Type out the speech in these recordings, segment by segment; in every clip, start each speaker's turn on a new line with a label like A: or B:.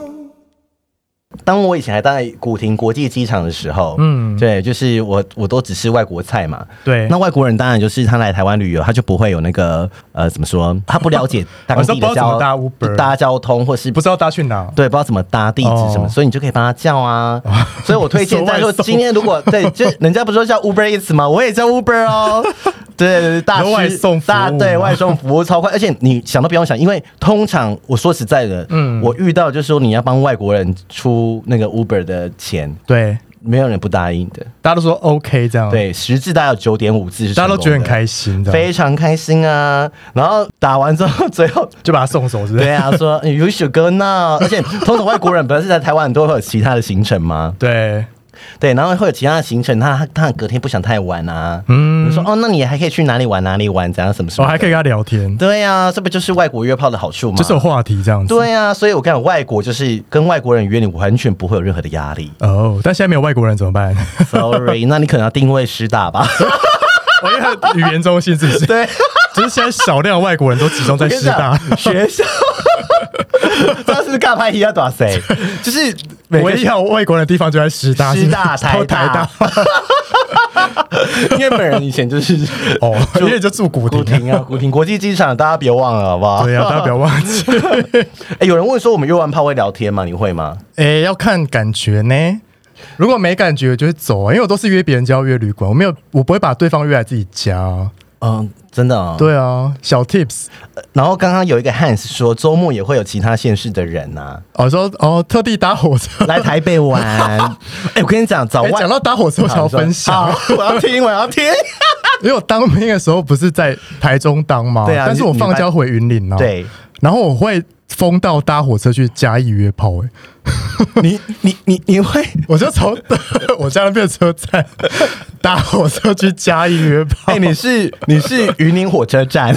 A: 当我以前还在古亭国际机场的时候，
B: 嗯，
A: 对，就是我我都只吃外国菜嘛。
B: 对
A: 那外国人当然就是他来台湾旅游，他就不会有那个呃怎么说，他不了解 当地
B: 不知道
A: 的
B: 怎么
A: 交
B: 搭 Uber
A: 搭交通或是
B: 不知道搭去哪？
A: 对，不知道怎么搭地址什么，
B: 哦
A: 所以你就可以帮他叫 啊。所以我推荐，
B: 手外
A: 再说
B: 送
A: 今天如 果对，就人家不是说叫 Uber Eats 吗？我也叫 Uber 哦。对对对，大
B: 有
A: 吃
B: 外送服务
A: 大对
B: 吗
A: 外送服务超快，而且你想都不用想，因为通常我说实在的，
B: 嗯
A: 嗯，我遇到就是说你要帮外国人出那个 Uber 的钱，
B: 对，
A: 没有人不答应的。
B: 大家都说 OK 这样，，
A: 对，十字大概有九点五字是
B: 哦大家都觉得很
A: 成功的
B: 开心啊的，
A: 非常开心啊。然后打完之后， 最后
B: 就把他送走，是不是？
A: 对啊，说 You should go now。而 且通常外国人不是在台湾很多会有其他的行程吗？
B: 对，
A: 对，然后会有其他的行程，他他隔天不想太晚啊。
B: 嗯
A: 嗯，你说哦，那你还可以去哪里玩哪里玩，怎样什么什
B: 我哦
A: 么？
B: 还可以跟他聊天，
A: 对啊，这不就是外国约炮的好处吗？
B: 就是有话题这样子。。
A: 对啊，所以我跟你讲，外国就是跟外国人约，你完全不会有任何的压力
B: 哦，但现在没有外国人怎么 办？
A: Sorry，那你可能要定位师大吧？
B: 我因为他的语言中心是不是？
A: 对，
B: 只是现在少量的外国人都集中在
A: 我跟
B: 师
A: 你
B: 大
A: 讲，学校， 这是不是尬拍一要打谁？就是每个
B: 唯一有外国人的地方就在师大，
A: 师大
B: 是不是都
A: 台
B: 台
A: 大
B: 大，
A: 因为本人以前就是
B: 哦，因为就住古
A: 古
B: 亭。
A: 亭啊， 古亭国际机场，大家别忘了，好不好？
B: 对啊，大家不要忘 记。
A: 哎、有人问说我们约完炮会聊天吗？你会吗？
B: 诶，要看感觉呢。如果没感觉，我就会走、啊，因为我都是约别人家、约旅馆，我没有，我不会把对方约来自己家、啊。
A: 嗯，真的啊、
B: 对啊，小 tips
A: 然后刚刚有一个 Hans 说，周末也会有其他县市的人呐、
B: 哦，说哦，特地搭火车。
A: 来台北玩。哎、我跟你讲，早
B: 诶
A: 晚
B: 讲到搭火车，我想
A: 啊
B: 要分享，
A: 好，我要听，我要听。
B: 因为我当兵的时候不是在台中当吗？
A: 对啊
B: 但是我放假回云林啊。
A: 对，
B: 然后我会疯到搭火车去嘉义约炮、欸，
A: 你你你你会
B: 我就从 我家那边的车站 搭火车去嘉义约炮，
A: 哎、你是你是云林火车站，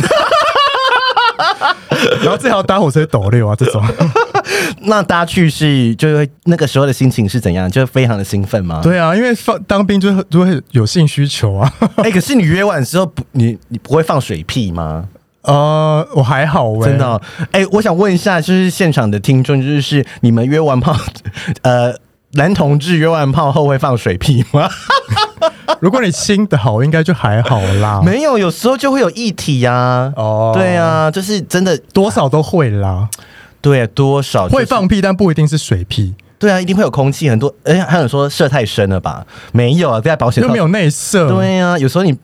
B: 然后最好搭火车斗六啊这 种。
A: 那大家去是就会那个时候的心情是怎样？就是非常的兴奋吗？。
B: 对啊，因为放当兵就就会有性需求啊。
A: 哎、可是你约完之后不，你你不会放水屁吗？
B: 呃，我还好喂、
A: 真的、哦，哎、我想问一下，就是现场的听众，就是你们约完炮， 呃，男同志约完炮后会放水屁吗？
B: 如果你心的好，应该就还好啦。
A: 没有，有时候就会有议题呀、
B: 哦
A: 对啊，就是真的，
B: 多少都会啦，
A: 对，多少、
B: 会，放屁，但不一定是水屁，
A: 对啊，一定会有空气很多，而且还有人说射太深了吧？没有啊，在保险
B: 又
A: 套
B: 没有内射，
A: 对啊，有时候你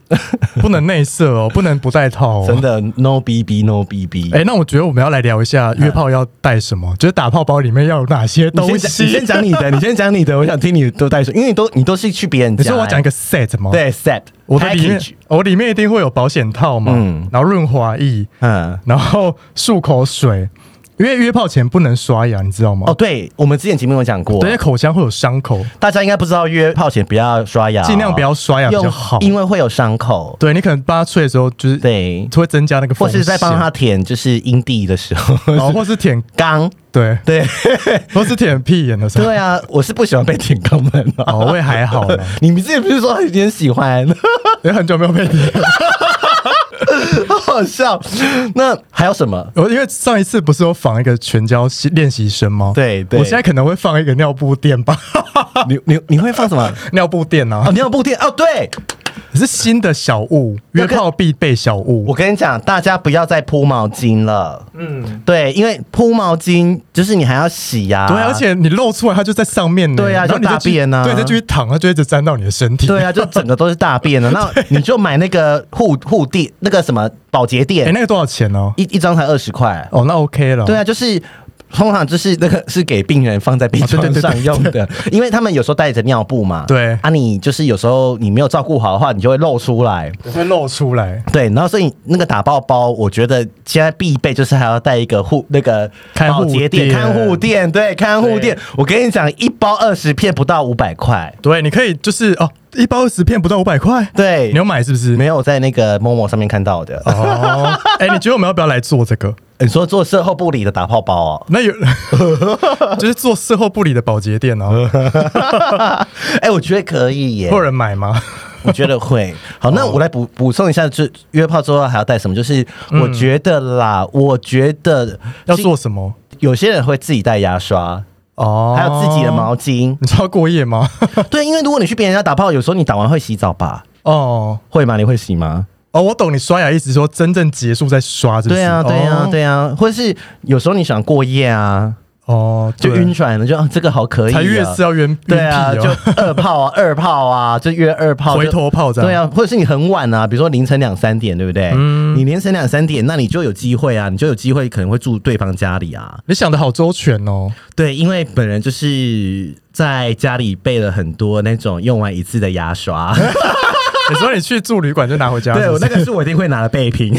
B: 不能内射哦， 不能不带套哦。
A: 真的 no bb no bb，
B: 哎、那我觉得我们要来聊一下约炮要带什么，就是打炮包里面要有哪些
A: 你
B: 东
A: 先讲，你先
B: 西。
A: 讲你的，你先讲你的，我想听你都带什么，因为你都你都是去别人家、
B: 你说我要讲一
A: 个
B: 个 set 吗？，
A: 对 set，
B: 我的里面
A: package
B: 我里面一定会有保险套嘛，
A: 嗯
B: 然后润滑液，
A: 嗯。
B: 然后漱口水，因为约炮前不能刷牙，你知道吗？
A: 哦，啊对，我们之前节目有讲过
B: 对，因，为口腔会有伤口，
A: 大家应该不知道约炮前不要刷牙哦，
B: 尽量不要刷牙比较
A: 用
B: 好
A: 因为会有伤口。
B: 对你可能帮他吹的时候，就是
A: 对，
B: 会增加那个
A: 或
B: 风哦险，
A: 是在帮他舔就是阴蒂的时候，
B: 然 后或是舔
A: 肛。
B: 对，
A: 对
B: 或是舔屁眼的时候，
A: 对 啊，我是不喜欢被舔肛门的。
B: 哦，我也还好 啦，
A: 你们之前不是说有点喜欢，
B: 也很久没有被舔。
A: 好好笑。那还有什么？
B: 我因为上一次不是有仿一个全交练习生吗？
A: 对对
B: 我现在可能会放一个尿布垫吧，
A: 你你你会放什么？
B: 尿布垫啊
A: 哦，，尿布垫哦，对
B: 是新的小物，
A: 那
B: 约
A: 个
B: 炮必备小物
A: 我。跟你讲，大家不要再铺毛巾了。
B: 嗯，
A: 对，因为铺毛巾就是你还要洗啊呀、
B: 对，而且你露出来，它就在上面呢。
A: 对啊
B: 然后你
A: 就大
B: 继续
A: 便啊
B: 对，再继续躺，它就一直沾到你的身体。
A: 对啊，就整个都是大便了。那你就买那个护护垫，那个什么保洁
B: 哎，
A: 垫，
B: 那个多少钱哦？
A: 一一张才二十块。
B: 哦，那 OK 了。
A: 对啊，就是通常就是那个是给病人放在病
B: 哦对对
A: 床
B: 对
A: 上
B: 对
A: 用的，因为他们有时候带着尿布嘛。
B: 对
A: 啊，你就是有时候你没有照顾好的话，你就会漏出来。
B: 会露出来，
A: 对，然后所以那个打包包，我觉得现在必备就是还要带一个护那个
B: 看护
A: 保洁垫、
B: 垫
A: 看护垫，对，看护
B: 对
A: 垫。我跟你讲，一包二十片不到五百块。
B: 对，你可以就是哦，一包二十片不到五百块，
A: 对
B: 你，有买是不是？
A: 没有在那个某某上面看到的。
B: 哦，哎、你觉得我们要不要来做这个？
A: 你说做售后部里的打泡包哦？
B: 那有 就是做事后不理的保洁店 啊，
A: 哎、我觉得可以耶
B: 会，有人买吗？
A: 我觉得会。 哦好，那我来补补充一下，就约炮之后还要带什么？就是我觉得啦，我觉得
B: 要做什么？
A: 有些人会自己带牙刷，
B: 哦，
A: 还有自己的？毛巾。
B: 你知道过夜吗？
A: 对，因为如果你去别人家打泡，有时候你打完会洗澡吧？
B: 哦
A: 会吗？你会洗吗？
B: 哦，我懂你刷牙，意思说真正结束再刷，是不是？哦
A: 对啊，对啊，对啊，或者是有时候你想过夜啊，
B: 哦，哦，
A: 就
B: 对
A: 晕船了，就、啊、这个好可以、啊，
B: 才越是要晕
A: 对啊，
B: 晕屁
A: 就
B: 哦
A: 二炮啊，二炮啊，就约二炮，
B: 回
A: 就
B: 头炮这样
A: 对啊，或者是你很晚啊，比如说凌晨两三点，对不对？你凌晨两三点，那你就有机会啊，你就有机会可能会住对方家里啊。
B: 你想的好周全哦，
A: 对，因为本人就是在家里备了很多那种用完一次的牙刷，
B: 你说你去住旅馆就拿回家，
A: 对
B: 是不
A: 我
B: 是
A: 那个是我一定会拿的备 品。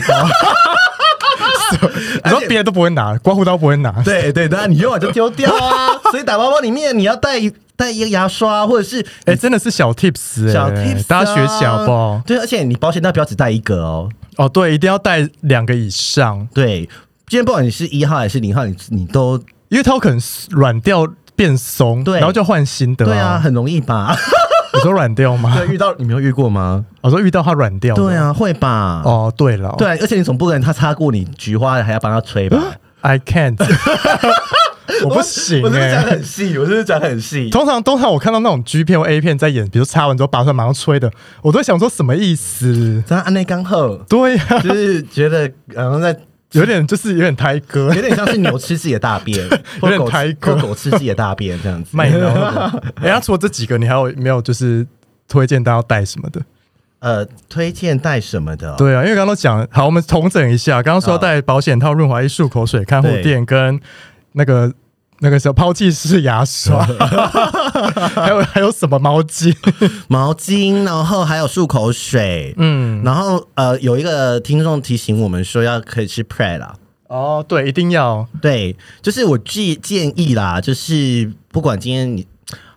B: 你说别人都不会拿，刮胡刀不会拿，
A: 对对，当然你用完就丢掉 啊。所以打包包里面你要带一带一个牙刷，或者是
B: 哎，真的是小 tips，哎
A: 小 tips，、啊、
B: 大家学起来好不好？
A: 对，而且你保险带不要只带一个哦。
B: 哦，对，一定要带两个以上，
A: 对，今天不管你是一号还是零号，你你都
B: 因为它有可能软掉变松，
A: 对
B: 然后就换新的、
A: 对啊，，很容易吧？
B: 你说软掉吗？
A: 对，遇到你没有遇过吗？
B: 我说遇到它软掉，
A: 对，啊，会吧？哦，
B: 哦，对了，
A: 对，而且你总不能他擦过你菊花还要帮他吹 吧？
B: ，I can't，我不行
A: 我真的
B: 哎、
A: 讲很细，我真的讲很 细。
B: 通常通常我看到那种 G 片或 A 片在演，比如擦完之后拔出来马上吹的，我都想说什么意思？
A: 咱安内刚 后，
B: 对呀、
A: 就是觉得然后在。
B: 有点就是有点胎哥
A: 有点像是牛吃自己的大 便，
B: 有点
A: 或狗吃
B: 抬杠
A: 或狗吃自己的大便这样 子。
B: 卖脑的。哎、那除了这几个，你还有没有就是推荐大家要带什么的？
A: 呃，推荐带什么的哦？
B: 对啊，因为刚刚都讲好，我们重整一下。刚刚说要
A: 啊
B: 带保险套、润滑液、漱口水、看护
A: 对
B: 垫跟那个那个小抛弃式牙 刷，还有还有什么毛巾？
A: 毛巾，然后还有漱口水，
B: 嗯，
A: 然后呃，有一个听众提醒我们说要可以吃 pre 啦，
B: 哦，对，一定要
A: 对，就是我建建议啦，就是不管今天你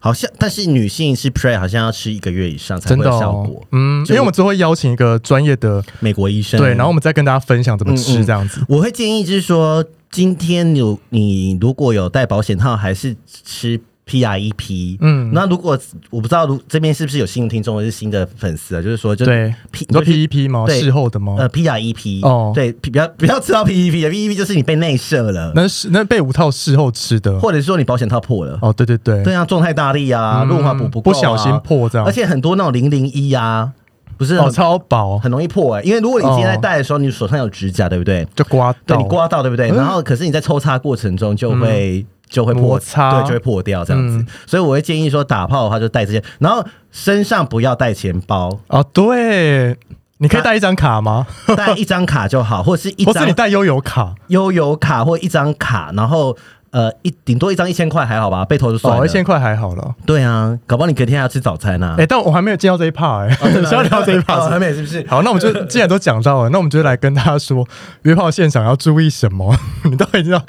A: 好像，但是女性是 pre 好像要吃一个月以上才
B: 真
A: 会
B: 的
A: 有效
B: 哦
A: 果。，
B: 嗯，
A: 就
B: 因为我们之后会邀请一个专业的，
A: 美国医生
B: 对，然后我们再跟大家分享怎么
A: 嗯
B: 吃这样子。
A: 我会建议就是说，今天有你如果有带保险套，还是吃 PREP。
B: 嗯，
A: 那如果我不知道，如这边是不是有新的听众或是新的粉丝啊？就是说，就
B: 对，
A: P
B: 你说
A: 就是
B: P E P 吗？
A: 对
B: 事后的吗？
A: 呃 PREP
B: 哦
A: 对，不要不要吃到 PEP 啊，PEP 就是你被内射了，
B: 那是那被五套事后吃的。
A: 或者说你保险套破了，
B: 哦，对对对，
A: 对啊，状态大力啊，
B: 嗯
A: 润滑补不
B: 不
A: 够啊
B: 小心破这样
A: 而且很多那种零零一啊，不是
B: 哦，
A: 很
B: 超薄
A: 很容易破哎，因为如果你今天在
B: 哦
A: 戴的时候，你手上有指甲，对不对？
B: 就刮
A: 对
B: 到，
A: 你刮到，对不对？
B: 哦嗯
A: 然后可是你在抽插过程中就会、就会
B: 摩
A: 破
B: 擦
A: 对，就会破掉这样子。
B: 嗯
A: 所以我会建议说，打炮的话就带这些，然后身上不要带钱 包，
B: 哦，对，你可以带一张卡吗？
A: 带一张卡就好，或是一
B: 或是
A: 张
B: 你带悠游卡？
A: 悠游卡或一张卡，然后呃一顶多一张一千块还好吧，被投就算
B: 哦，
A: 了。
B: 一千块还好了。
A: 对啊，搞不好你隔天还要吃早餐啊。
B: 哎、但我还没有见到这一 part 哎、
A: 真的
B: 欸，
A: 啊
B: 需要聊这一
A: 哦
B: part 是
A: 很
B: 不是。
A: 美是不是？
B: 好，那我们就既然都讲到了，那我们就来跟大家说约炮现场要注意什么。 你都已经知道，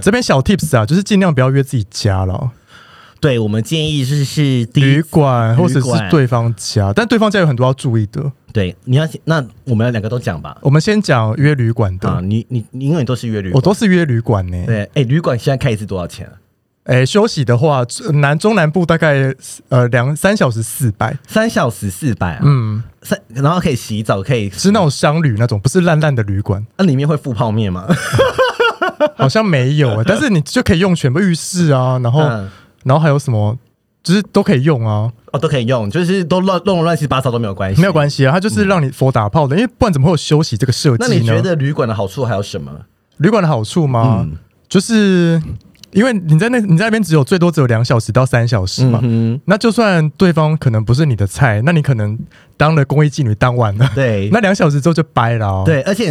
B: 这边小 tips 啊，就是尽量不要约自己家了，
A: 对我们建议就是是第
B: 旅
A: 一
B: 馆或者是
A: 旅馆
B: 对方家，但对方家有很多要注意的。
A: 对你要那我们要两个都讲吧。
B: 我们先讲约旅馆的，
A: 啊，你你你永远都是约旅
B: 我
A: 馆，
B: 都是约旅馆呢、
A: 对，哎、旅馆现在开一次多少钱啊？
B: 哎、休息的话，南中南部大概呃两三小时四百，
A: 三小时四百啊，
B: 嗯，
A: 三然后可以洗澡，可以
B: 是那种商旅那种，不是烂烂的旅 馆，
A: 那、里面会附泡面吗？
B: 好像没有、 欸，但是你就可以用全部浴室啊，然后、
A: 嗯
B: 然后还有什么，就是都可以用啊，
A: 哦，都可以用，就是都乱弄得乱七八糟都没有关系，
B: 没有关系啊，它就是让你佛打炮的，因为不然怎么会有休息这个设计
A: 嗯那
B: 呢？
A: 你觉得嗯旅馆的好处还有什么？
B: 旅馆的好处吗？就是因为你在那你在那边只有最多只有两小时到三小时嘛。
A: 嗯
B: 那就算对方可能不是你的菜，那你可能当了公益妓女当晚了，
A: 对
B: 那两小时之后就掰了、哦。
A: 哼，对，而且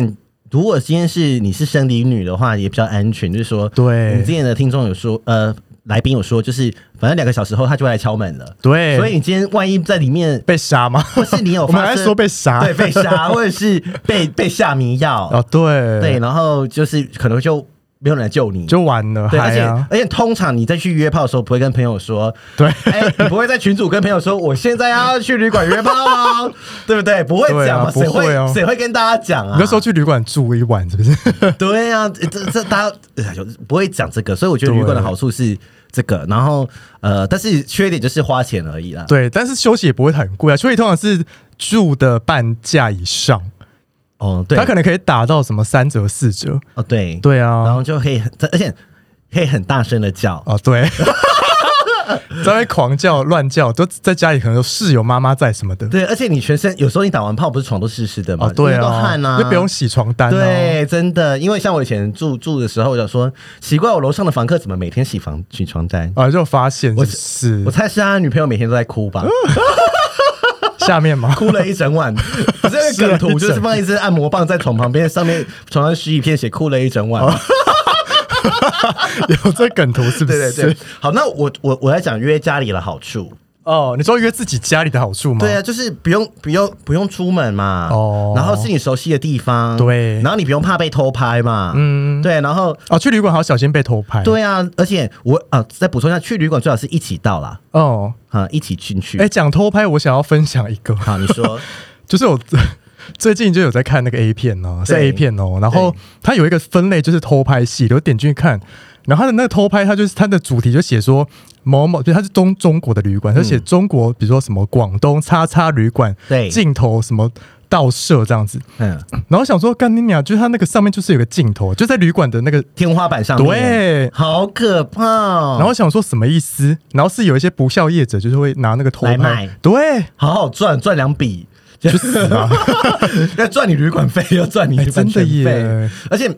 A: 如果今天是你是生理女的话，也比较安全，就是说，
B: 对
A: 我们之前的听众有说，呃，来宾有说，就是反正两个小时后他就会来敲门了，
B: 对，
A: 所以你今天万一在里面，
B: 被杀吗？
A: 或是你有
B: 我们
A: 发
B: 还
A: 生
B: 说被杀，
A: 对 被杀，或者是被被下迷药，
B: 哦，对
A: 对，然后就是可能就没有人来救你。
B: 就完了，
A: 对，而
B: 嗨
A: 且、
B: 啊，
A: 而且通常你在去约炮的时候，不会跟朋友说，
B: 对
A: 哎、你不会在群组跟朋友说，我现在要去旅馆约 炮哦，对不对？不会
B: 对啊
A: 讲嘛，谁、
B: 不会哦
A: 谁会跟大家讲啊？
B: 你那时候去旅馆住一晚，是不是？
A: 对啊，这这大家哎呦不会讲这个，所以我觉得
B: 对
A: 旅馆的好处是这个，然后呃，但是缺点就是花钱而已啦。
B: 对，但是休息也不会很贵啊，所以通常是住的半价以上，
A: 哦，对，
B: 它可能可以打到什么三折四折。
A: 哦对，
B: 对
A: 然
B: 啊，
A: 后就可以很，而且可以很大声的叫，
B: 哦对， 在外狂叫乱叫，都在家里可能有室友妈妈在什么的。
A: 对，而且你全身有时候你打完炮不是床都湿湿的嘛，
B: 哦对
A: 因为都
B: 啊，
A: 汗啊，
B: 就不用洗床单、啊。，
A: 对，真的，因为像我以前住住的时候，我想说，奇怪，我楼上的房客怎么每天洗房洗床单？
B: 啊，就发现
A: 我
B: 是
A: 我猜是他女朋友每天都在哭 吧，
B: 下面 吗？
A: 哭了一 整晚。不是那个梗
B: 是啊
A: 图，
B: 一整
A: 就是放一只按摩棒在床旁边，上面床上湿一片血，哭了一整晚。
B: 哦有这梗图是不
A: 对
B: 是？
A: 对对，好，那我我我来讲约家里的好处。
B: 哦，你说约自己家里的好处吗？
A: 对啊，就是不用不用不用出门嘛，
B: 哦
A: 然后是你熟悉的地方，
B: 对
A: 然后你不用怕被偷拍嘛，
B: 嗯
A: 对，啊然后
B: 哦，去旅馆好小心被偷拍。，
A: 对啊，而且我啊、再补充一下，去旅馆最好是一起到啦，
B: 哦，
A: 啊、一起进去。
B: 哎、讲偷拍，我想要分享一个，
A: 好，你说
B: 就是我 最近就有在看那个 A 片哦，是
A: 对
B: A 片哦，然后
A: 对
B: 它有一个分类就是偷拍系，我点进去看，然后它的那个偷拍，它就是它的主题就写说某某，就它是中中国的旅
A: 嗯
B: 馆，它写中国，比如说什么广东叉叉旅馆，
A: 对
B: 镜头什么倒射这样子，
A: 嗯，
B: 然后我想说干你娘，就是它那个上面就是有个镜头，就在旅馆的那个
A: 天花板上面，
B: 对。
A: 好可怕、哦。
B: 然后想说什么意思？然后是有一些不孝业者，就是会拿那个偷拍
A: 来卖，
B: 对，
A: 好好赚赚两笔，
B: 去死啊！
A: 要赚你旅馆费，要赚你
B: 哎
A: 旅
B: 真
A: 馆
B: 的
A: 全费，
B: 耶
A: 而且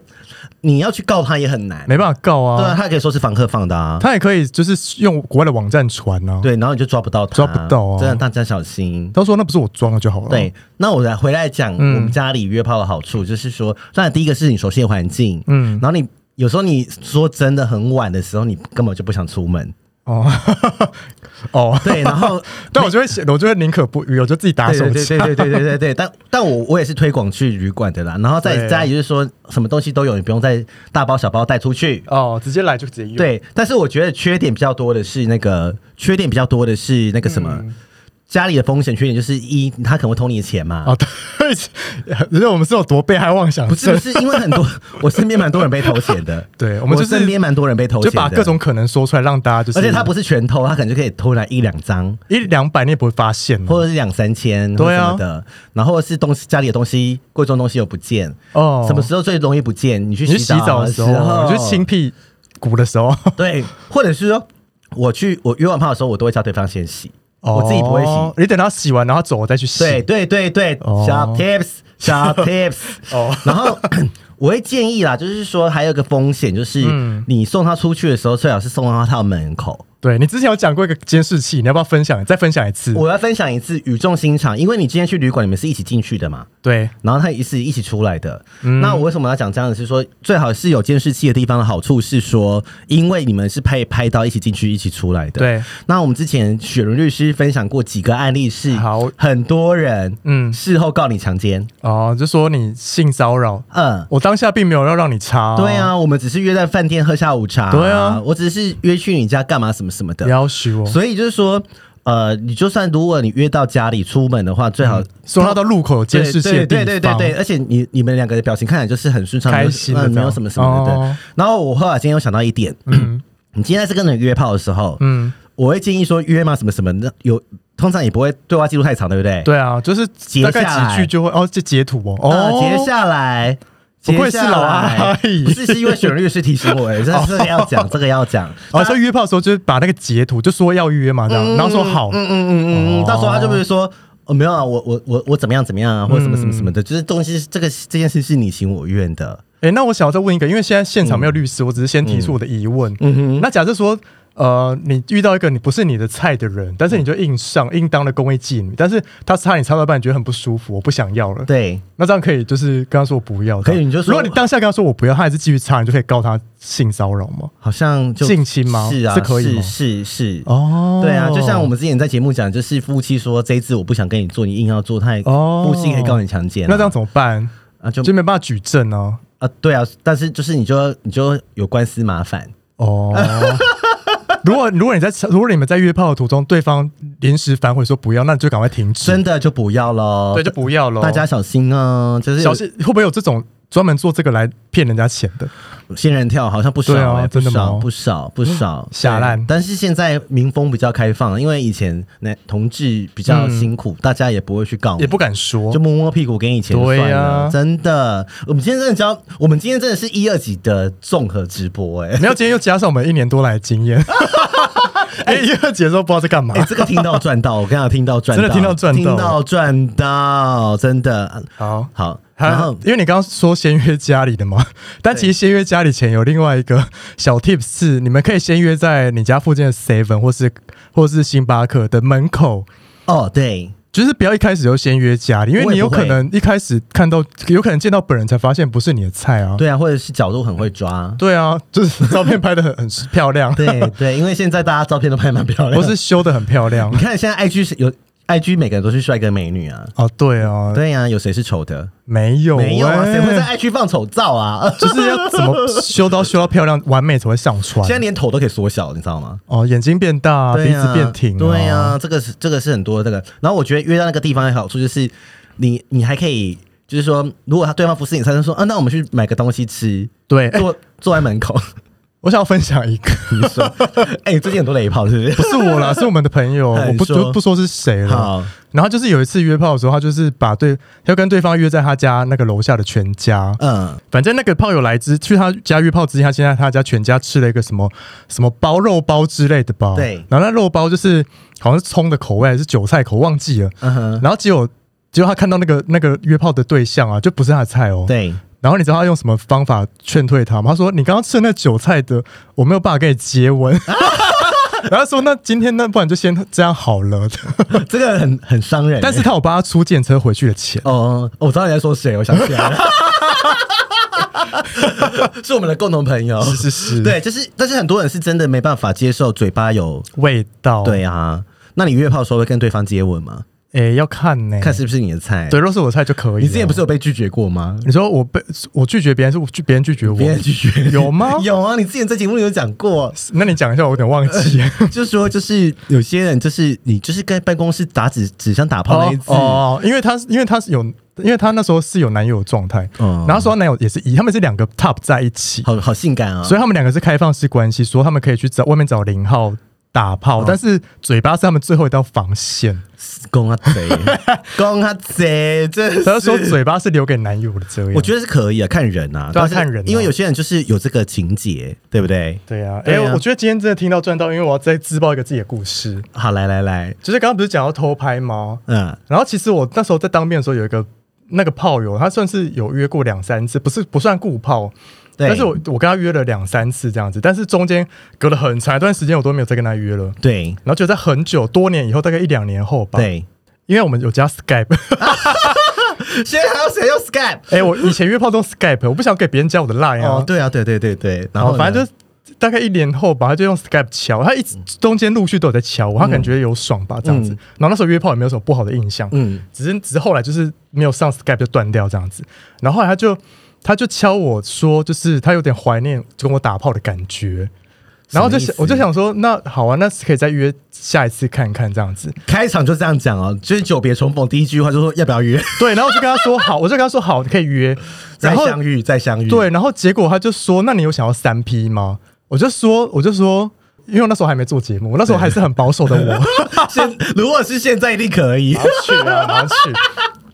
A: 你要去告他也很难。
B: 没办法告
A: 对啊，
B: 啊，
A: 他可以说是房客放的啊。
B: 他也可以就是用国外的网站传啊。，
A: 对，然后你就抓不到他，
B: 抓不到啊
A: 真的大家小心。
B: 他说那不是我装的就好了。
A: 对，那我来回来讲
B: 嗯
A: 我们家里约炮的好处，就是说，当然第一个是你熟悉的环境，嗯
B: 嗯，
A: 然后你有时候你说真的很晚的时候，你根本就不想出门，
B: 哦 哦，
A: 对，然后
B: 但我就会写，我就会宁可不约，我就自己打手
A: 对对
B: 机
A: 对。对对对对对，但但我我也是推广去旅馆的啦，然后在
B: 对啊
A: 家里就是说什么东西都有，你不用再大包小包带出去。
B: 哦，直接来就直接用。，
A: 对，但是我觉得缺点比较多的是那个缺点比较多的是那个什么。
B: 嗯
A: 家里的风险缺点就是一，他可能会偷你的钱嘛，
B: 哦，对， 只是我们是有多被害妄想
A: 不是
B: 症
A: 不，是，因为很 多我身边蛮多人被偷钱的，
B: 对我们就是
A: 身边蛮多人被偷钱
B: 就
A: 的，
B: 把各，种可能说出来，让大家就是，
A: 而且他不是全偷，他可能就可以偷来一两张，
B: 一两百你也不会发现
A: 或
B: 哦
A: 者是两三千，
B: 嗯对啊
A: 或者什么的，然后是东西家里的东西，贵重东西又不见，
B: 哦。
A: 什么时候最容易不见？你去
B: 你去
A: 洗
B: 洗澡的时
A: 时哦
B: 候，你去清屁股的时候，
A: 对，或者是说我去我约完炮的时候，我都会叫对方先洗， 我自己不会洗
B: 哦。你等他洗完然后走了再去洗。
A: 对对对对，
B: 哦
A: 小 tips 小 tips
B: 哦
A: 然后 我会建议啦，就是说还有一个风险就是
B: 嗯，
A: 你送他出去的时候，最好是送到他的门口。
B: 对你之前有讲过一个监视器，你要不要分享？再分享一次？
A: 我要分享一次语重心长，因为你今天去旅馆，你们是一起进去的嘛。
B: 对，
A: 然后他也是一起出来的。
B: 嗯
A: 那我为什么要讲这样的是说，最好是有监视器的地方的好处是说，因为你们是拍拍到一起进去、一起出来的。
B: 对。
A: 那我们之前雪伦律师分享过几个案例是，
B: 好
A: 很多人
B: 嗯，
A: 事后告你强奸。
B: 哦，就说你性骚扰，
A: 嗯，
B: 我当下并没有要让你插、
A: 对，啊，我们只是约在饭店喝下午茶。
B: 哦对啊
A: 我只是约去你家干嘛什么什么的
B: 不。要许我。
A: 所以就是说，呃，你就算如果你约到家里出门的话，最好
B: 说到到路口有嗯监视器的地
A: 对
B: 方，
A: 对对对对，而且你你们两个的表情看起来就是很顺畅，
B: 开心的
A: 没有
B: 这
A: 没
B: 样
A: 有什么什么的。
B: 哦
A: 然后我后来今天又想到一点，你今天是跟人约炮的时候，
B: 嗯，
A: 我会建议说约嘛什么什么，那有通常也不会对话记录太长，对不对？
B: 对啊，就是
A: 截
B: 大概
A: 下来
B: 几句就会哦，就截图哦，
A: 呃，
B: 哦，
A: 截下来。
B: 不愧
A: 截下
B: 是老
A: 来
B: 阿姨
A: 不是是因为选律师提醒我、欸， 这这个要讲，这个要讲。
B: 哦，所以约炮的时候就是把那个截图，就说要约嘛，这样，然后说好，
A: 嗯嗯嗯嗯，
B: 哦
A: 到时候他就会说。哦，没有啊，我我我我怎么样怎么样啊，或者什么什么什么的，就是东西这个这件事是你情我愿的，
B: 哎、那我想要再问一个，因为现在现场没有律
A: 嗯
B: 师，我只是先提出我的疑问。嗯哼，那假设说，呃，你遇到一个你不是你的菜的人，但是
A: 嗯
B: 你就硬上硬当了工位妓女，但是他插你插到一半，你觉得很不舒服，我不想要了。，
A: 对，
B: 那这样可以就是跟他说我不要。
A: 可以
B: 这样
A: 你就说
B: 如果你当下跟他说我不要，他还是继续插，你就可以告他性骚扰吗？
A: 好像就
B: 性侵吗
A: 是啊，
B: 是可以吗
A: 是是是，
B: 哦
A: 对啊，就像我们之前在节目讲，就是夫妻说这一次我不想跟你做，你硬要做，他也
B: 哦
A: 夫妻可以告你强奸啊，
B: 那这样怎么办？
A: 啊就
B: 就没办法举证哦、
A: 啊，对啊，但是就是你就你就有官司麻烦，
B: 哦。 如果如果你在如果你们在约炮的途中，对方临时反悔说不要，那你就赶快停止，
A: 真的就不要喽。
B: 对，就不要喽。
A: 大家小心啊，就是
B: 小心会不会有这种专门做这个来骗人家钱的？
A: 仙人跳好像不少、
B: 对啊
A: 欸，
B: 真的
A: 不少
B: 吗
A: 不少不少
B: 下烂
A: 对但是现在民风比较开放，因为以前那同志比较辛苦，大家也不会去告
B: 嗯
A: 你，
B: 也不敢说
A: 就。摸摸屁股给你钱
B: 对
A: 算了。
B: 啊
A: 真的，我们今天真的教，我们今天真的是一二级的综合直播、 欸，哎、
B: 没有，今天又加上我们一年多来的经 验，哎，一二节奏不知道在干嘛
A: 哎、。这个听到赚到，我跟你讲，听到赚到，
B: 真的听到赚到
A: 听到赚到，真的
B: 好，
A: 好。然
B: 还
A: 后
B: 因为你刚刚说先约家里的嘛， 但其实先约家里前有另外一个小 tips 是，你们可以先约在你家附近的 Seven 或是或是星巴克的门口，
A: 哦，对，
B: 就是不要一开始就先约家里，因为
A: 我
B: 你
A: 也
B: 有
A: 不会
B: 可能一开始看到，有可能见到本人才发现不是你的菜啊。
A: 对啊，或者是角度很会抓，
B: 对啊，就是照片拍的很很漂亮，
A: 对对，因为现在大家照片都拍得蛮漂亮，
B: 或是修的很漂亮
A: 你。看现在 IG 是有 IG 每个人都是帅哥美女啊，
B: 哦，对啊，
A: 对呀、有谁是丑的？
B: 没有、欸、
A: 没有啊，谁会在 IG 放丑照啊？
B: 就是要怎么修到修到漂亮完美才会上传
A: 现？在连头都可以缩小，你知道吗？
B: 哦，眼睛变大、
A: 对
B: 鼻
A: 呀
B: 子变挺、啊
A: 对啊呀、，这个是这个是很多的这个。然后我觉得约到那个地方的好处就是你，你还可以就是说，如果他对方不是你菜，就说啊，那我们去买个东西吃，
B: 对，哎
A: 坐坐在门口。
B: 我想要分享一个，
A: 你说，哎、你最近很多雷炮是不
B: 不
A: 是？
B: 是我啦，是我们的朋友，
A: 哎
B: 我
A: 你
B: 不
A: 说
B: 就不说是谁了。
A: 好，
B: 然后就是有一次约炮的时候，他就是把对，他就跟对方约在他家那个楼下的全家。
A: 嗯，
B: 反正那个炮友来之去他家约炮之前，他先在他家全家吃了一个什么什么包肉包之类的包。
A: 对
B: 然后那肉包就是好像是葱的口味还是韭菜口，忘记了。
A: 嗯哼，
B: 然后结果结果他看到那个那个约炮的对象啊，就不是他的菜哦。。
A: 对，
B: 然后你知道他用什么方法劝退他吗？他说：“你刚刚吃的那韭菜的，我没有办法跟你接 吻。” 然后他说：“那今天那不然就先这样好 了。
A: 这个很很伤人、”欸
B: 但是他有帮他出建车回去的 钱。
A: 哦，我知道你在说谁，我想起 来了，是我们的共同朋友。
B: 是是，
A: 对，哦就是，但是很多人是真的没办法接受嘴巴有。
B: 味道。，
A: 对啊，那你约炮的时候会跟对方接吻吗？
B: 哎，要看呢、
A: 看是不是你的菜？
B: 对，，若是我的菜就可以了。
A: 你之前不是有被拒绝过吗？
B: 你说我被我拒绝别人，是我拒别人拒绝我，
A: 别人拒绝
B: 啊有吗
A: 有啊，你之前在节目里有讲 过，
B: 那你讲一下，我有点忘记。
A: 就是说，就是有些人就是你就是跟办公室打纸纸箱打炮那一次，
B: 哦，因为他是因为他是有，因为他那时候是有男友的状态，
A: 嗯
B: 然后说男友也是一，他们是两个 top 在一起，
A: 好好性感啊！
B: 所以他们两个是开放式关系，说他们可以去找外面找零号打
A: 嗯
B: 炮，但是嘴巴是他们最后一道防 线。
A: 公啊贼，公啊贼，真是
B: 他就说嘴巴是留给男友的这样。
A: 我觉得是可以啊，看人啊，
B: 对啊
A: 但是
B: 看人啊
A: 因为有些人就是有这个情节，对不对？
B: 对啊，哎、
A: 对啊
B: 我觉得今天真的听到赚到，因为我要再自爆一个自己的故事，
A: 好，来来来，
B: 就是刚刚不是讲到偷拍吗？
A: 嗯，
B: 然后其实我那时候在当兵的时候有一个那个炮友，他算是有约过两三次，不是不算固炮，
A: 对
B: 但是我我跟他约了两三次这样子，但是中间隔了很长一段时间，我都没有再跟他约了。
A: 对
B: 然后就在很久多年以后，大概一两年后吧，，
A: 对，
B: 因为我们有加 Skype，
A: 现在还有谁用 Skype？
B: 哎、我以前约炮都 Skype，我不想给别人加我的 Line 啊，
A: 哦，对啊，对对对对，然
B: 然
A: 后
B: 后
A: 呢
B: 反正就是大概一年后吧，他就用 Skype 敲，他一
A: 嗯
B: 直中间陆续都有在敲我，他可能觉得有爽吧这样子。然后那时候约炮也没有什么不好的印象，
A: 嗯
B: 嗯，只是只是后来就是没有上 Skype 就断掉这样子。然后后来他就他就敲我说，就是他有点怀念跟我打炮的感觉。然后就
A: 什么
B: 想
A: 意，思
B: 我就想说，那好啊，那可以再约下一次看看这样子。
A: 开场就这样讲哦，就是久别重逢，第一句话就说要不要约，
B: 对，然后我就跟他说好，我就跟他说好，你可以约。
A: 再
B: 然后
A: 相遇，再相遇，
B: 对，然后结果他就说：“那你有想要三 P 吗？”我就说：“我就说，因为我那时候还没做节目，那时候还是很保守的我，
A: 现如果是现在一定 可以，
B: 去啊，然后去。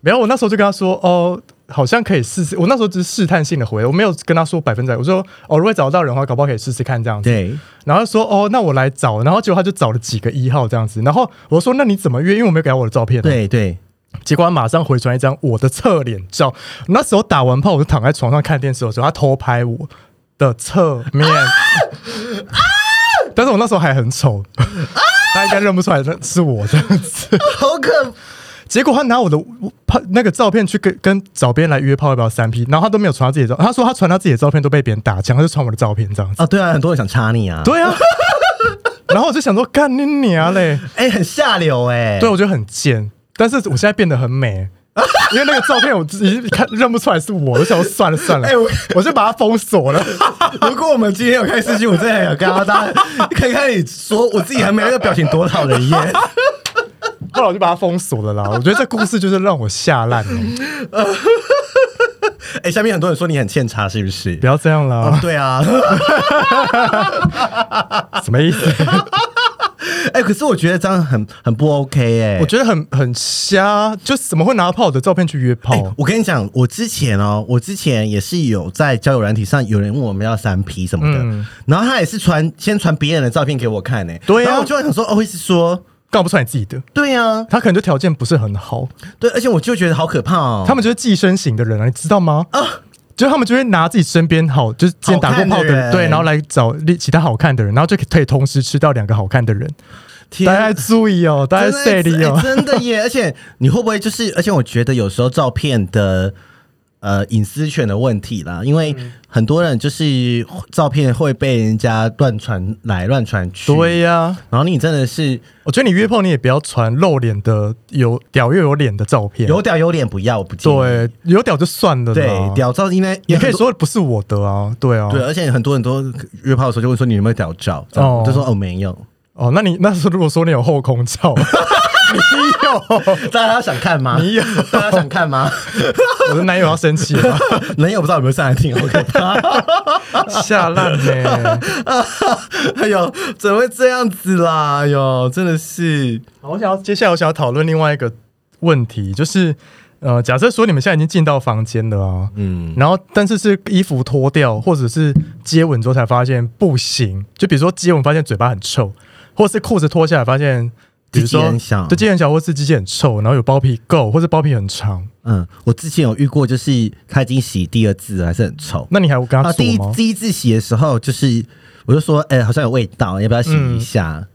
B: 没有，我那时候就跟他说：‘哦，好像可以试试。’我那时候只是试探性的回，我没有跟他说百分之百。我说：‘哦，如果找到人的话，搞不好可以试试看这样子。’
A: 对，
B: 然后他说：‘哦，那我来找。’然后结果他就找了几个一号这样子。然后我说：‘那你怎么约？’因为我没有给他我的照片、啊。
A: 对对，
B: 结果他马上回传一张我的侧脸照。那时候打完炮，我就躺在床上看电视的时候，他偷拍我的侧面。但是我那时候还很丑，他应该认不出来那是我这样子。
A: 好可，
B: 结果他拿我的拍那个照片去跟跟找别人来约炮，要不要三 P？然后他都没有传他自己的照，他说他传他自己的照片都被别人打枪，他就传我的照片这样子。
A: 啊，对啊，很多人想插你啊，，
B: 对啊，然后我就想说，干你娘嘞！
A: 哎，很下流哎，
B: 对，我觉得很贱，但是我现在变得很美。因为那个照片我自己看认不出来是我，我想说算了算了，
A: 哎我
B: 我就把它封锁 了。
A: 如果我们今天有开视讯，我真的很想跟大家看看你说我自己还没那个表情多讨人 厌。
B: 后来我就把它封锁了啦。我觉得这故事就是让我吓烂了，
A: 哎、下面很多人说你很欠查，是不是
B: 不？要这样啦，
A: 对啊，
B: 什么意思？
A: 哎、可是我觉得这样很很不 OK 哎、
B: 我觉得很哎很瞎，就怎么会拿炮的照片去约炮？
A: 哎我跟你讲，我之前哦，我之前也是有在交友软体上有人问我们要三 P 什么的，然后他也是传先传别人的照片给我看呢、
B: 嗯对啊
A: 然后我就会想说，哦，会是说，
B: 干不出来你自己的，
A: 对啊，
B: 他可能就条件不是很好，
A: 对，而且我就觉得好可怕哦，
B: 他们就是寄生型的人啊，你知道吗？就是他们就会拿自己身边好，就是之前打过炮的
A: 好看的人
B: 人，对，然后来找另其他好看的人，然后就可以同时吃到两个好看的人。
A: 天
B: 大家注意哦，大家
A: 真
B: 注
A: 的
B: 意
A: 哎
B: 哦。
A: 真的耶！而且你会不会就是，而且我觉得有时候照片的呃隐私权的问题啦，因为很多人就是照片会被人家乱传来乱传去，
B: 对呀、
A: 然后你真的是
B: 我觉得你约炮你也不要传露脸的有屌又有脸的照片，
A: 有屌有脸不要，我不建议。
B: 对有屌就算了啦，
A: 对，屌照应该
B: 也可以。说不是我的啊，对啊，
A: 对，而且很多人都约炮的时候就会说你有没有屌照，这样
B: 哦
A: 我就说哦没有，
B: 哦，那你那时候如果说你有后空照，你有，
A: 大家想看吗？
B: 你有
A: 大家想看吗？
B: 我的男友要生气了，
A: 男友不知道 有没有上来听，OK？
B: 吓烂呢。
A: 哎呦，怎么会这样子啦？哎呦，真的是，
B: 好，我想要接下来我想要讨论另外一个问题，就是呃，假设说你们现在已经进到房间了啊，
A: 嗯，
B: 然后但是是衣服脱掉或者是接吻之后才发现不行，就比如说接吻发现嘴巴很臭，或是裤子脱下来发现，比如
A: 鸡鸡
B: 说
A: 很小
B: 对，鸡鸡很小，或是鸡鸡很臭，然后有包皮垢，或是包皮很长，
A: 嗯，我之前有遇过，就是他已经洗第二次了，还是很臭。
B: 那你还有跟他
A: 啊，第
B: 做
A: 一
B: 吗？
A: 第一次洗的时候，就是我就说，哎、好像有味道，要不要洗一下？
B: 嗯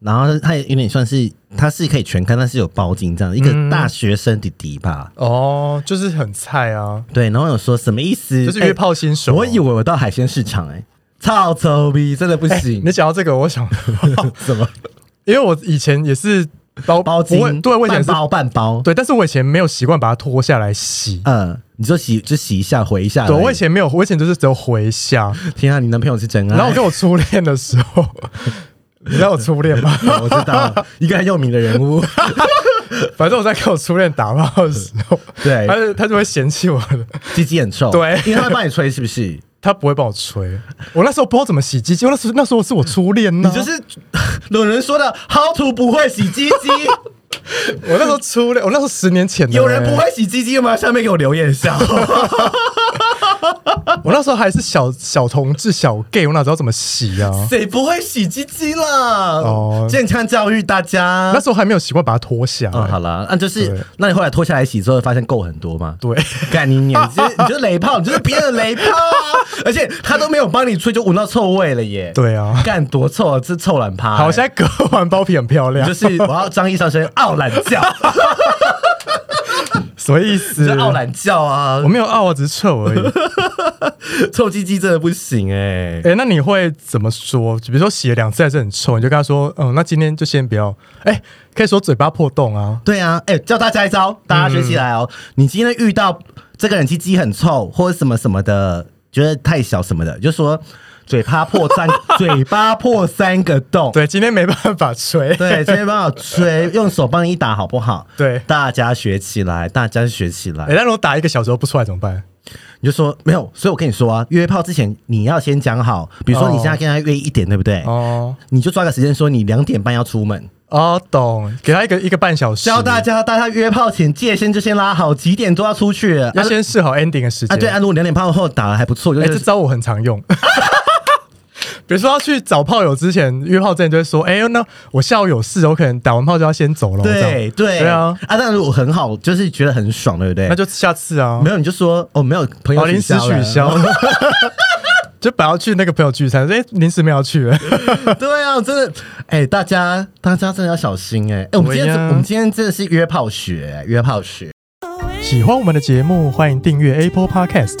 A: 然后他也有点算是，他是可以全看，但是有包巾这样，一个
B: 嗯
A: 大学生弟弟吧。
B: 哦，就是很菜啊，
A: 对，然后有说什么意思？
B: 就是约炮新
A: 哎
B: 手。
A: 我以为我到海鲜市场、哎，操臭逼，真的不行。
B: 哎你讲到这个，我想，
A: 怎么
B: 因为我以前也是包
A: 包
B: 不会
A: 巾？
B: 对，我以前
A: 半
B: 是
A: 包半包。
B: 对，但是我以前没有习惯把它脱下来洗。
A: 嗯，你就洗就洗一下，回一下而已。
B: 对，我以前没有，我以前就是只有回下。
A: 天啊，你男朋友是真爱。
B: 然后我跟我初恋的时 候，你知道我初恋吗？
A: 我知道一个很有名的人物，
B: 反正我在跟我初恋打炮的时候，
A: 对
B: 他就他就会嫌弃我的，
A: 鸡鸡很臭，
B: 对嗯
A: 因为他会帮你吹，是不是？
B: 他不会帮我吹。我那时候不知道怎么洗鸡鸡，我那时候那时候是我初恋呢、
A: 你就是 有人说的 “how to 不会洗鸡 鸡
B: 我那时候初恋，我那时候十年前”，的
A: 有人
B: 嘞
A: 不会洗鸡鸡吗？下面给我留言一下。
B: 我那时候还是小小同志、小 gay，我哪知道怎么洗啊？
A: 谁不会洗鸡鸡啦？
B: 哦
A: 健康教育大家
B: 那。时候还没有习惯把它脱下来。
A: 嗯，好啦，那就
B: 对
A: 是，那你后来脱下来洗之后，发现够很多吗？
B: 对，
A: 干你娘！你就是你就是雷炮，你就是别人的雷炮 啊！而且他都没有帮你吹，就闻到臭味了耶！
B: 对啊
A: 干多臭啊！这臭懒趴欸。
B: 好，我现在割完包皮很漂亮，
A: 就是我要张一上身傲懒 叫，
B: 什么意思
A: 就？傲懒叫啊
B: 我，没有傲，我只是臭而已。
A: 臭鸡鸡真的不行哎、
B: 哎、那你会怎么说？比如说洗了两次还是很臭，你就跟他说，嗯，那今天就先不要。哎、可以说嘴巴破洞啊。
A: 对啊，哎、教大家一招，大家学起来哦。你今天遇到这个人鸡鸡很臭或者什么什么的，觉得太小什么的，就说嘴巴破 三，嘴巴破三个洞。
B: 对，今天没办法吹。
A: 对，这边帮我吹，用手帮你打好不好？
B: 对
A: 大家学起来，大家学起来。
B: 哎、那如果打一个小时候不出来怎么办？
A: 你就说没有，所以我跟你说啊，约炮之前你要先讲好，比如说你现在跟他约一点，对不对？
B: 哦
A: 你就抓个时间说你两点半要出门，
B: 哦，懂，给他一个一个半小时，
A: 教大家大家约炮前界限就先拉好，几点都要出去。啊
B: 要先试好 ending 的时间
A: 啊，对啊，如果两点半后打了还不错，就
B: 哎、这
A: 是
B: 招我很常用。 比如说要去找炮友之前，约炮之前就会说：“哎、那我下午有事，我可能打完炮就要先走了。”这样
A: 对对
B: 对啊，
A: 啊，但如果很好，就是觉得很爽，对不对？
B: 那就下次啊，
A: 没有你就说哦，没有朋友
B: 哦，临时取
A: 消
B: 消， 就本来要去那个朋友聚餐，哎、临时没有去、
A: 了。 对啊，真的，哎，大家大家真的要小心哎哎，我们今天
B: 对啊呀
A: 我们今天真的是约炮学，约炮学。
B: 喜欢我们的节目，欢迎订阅 Apple Podcast，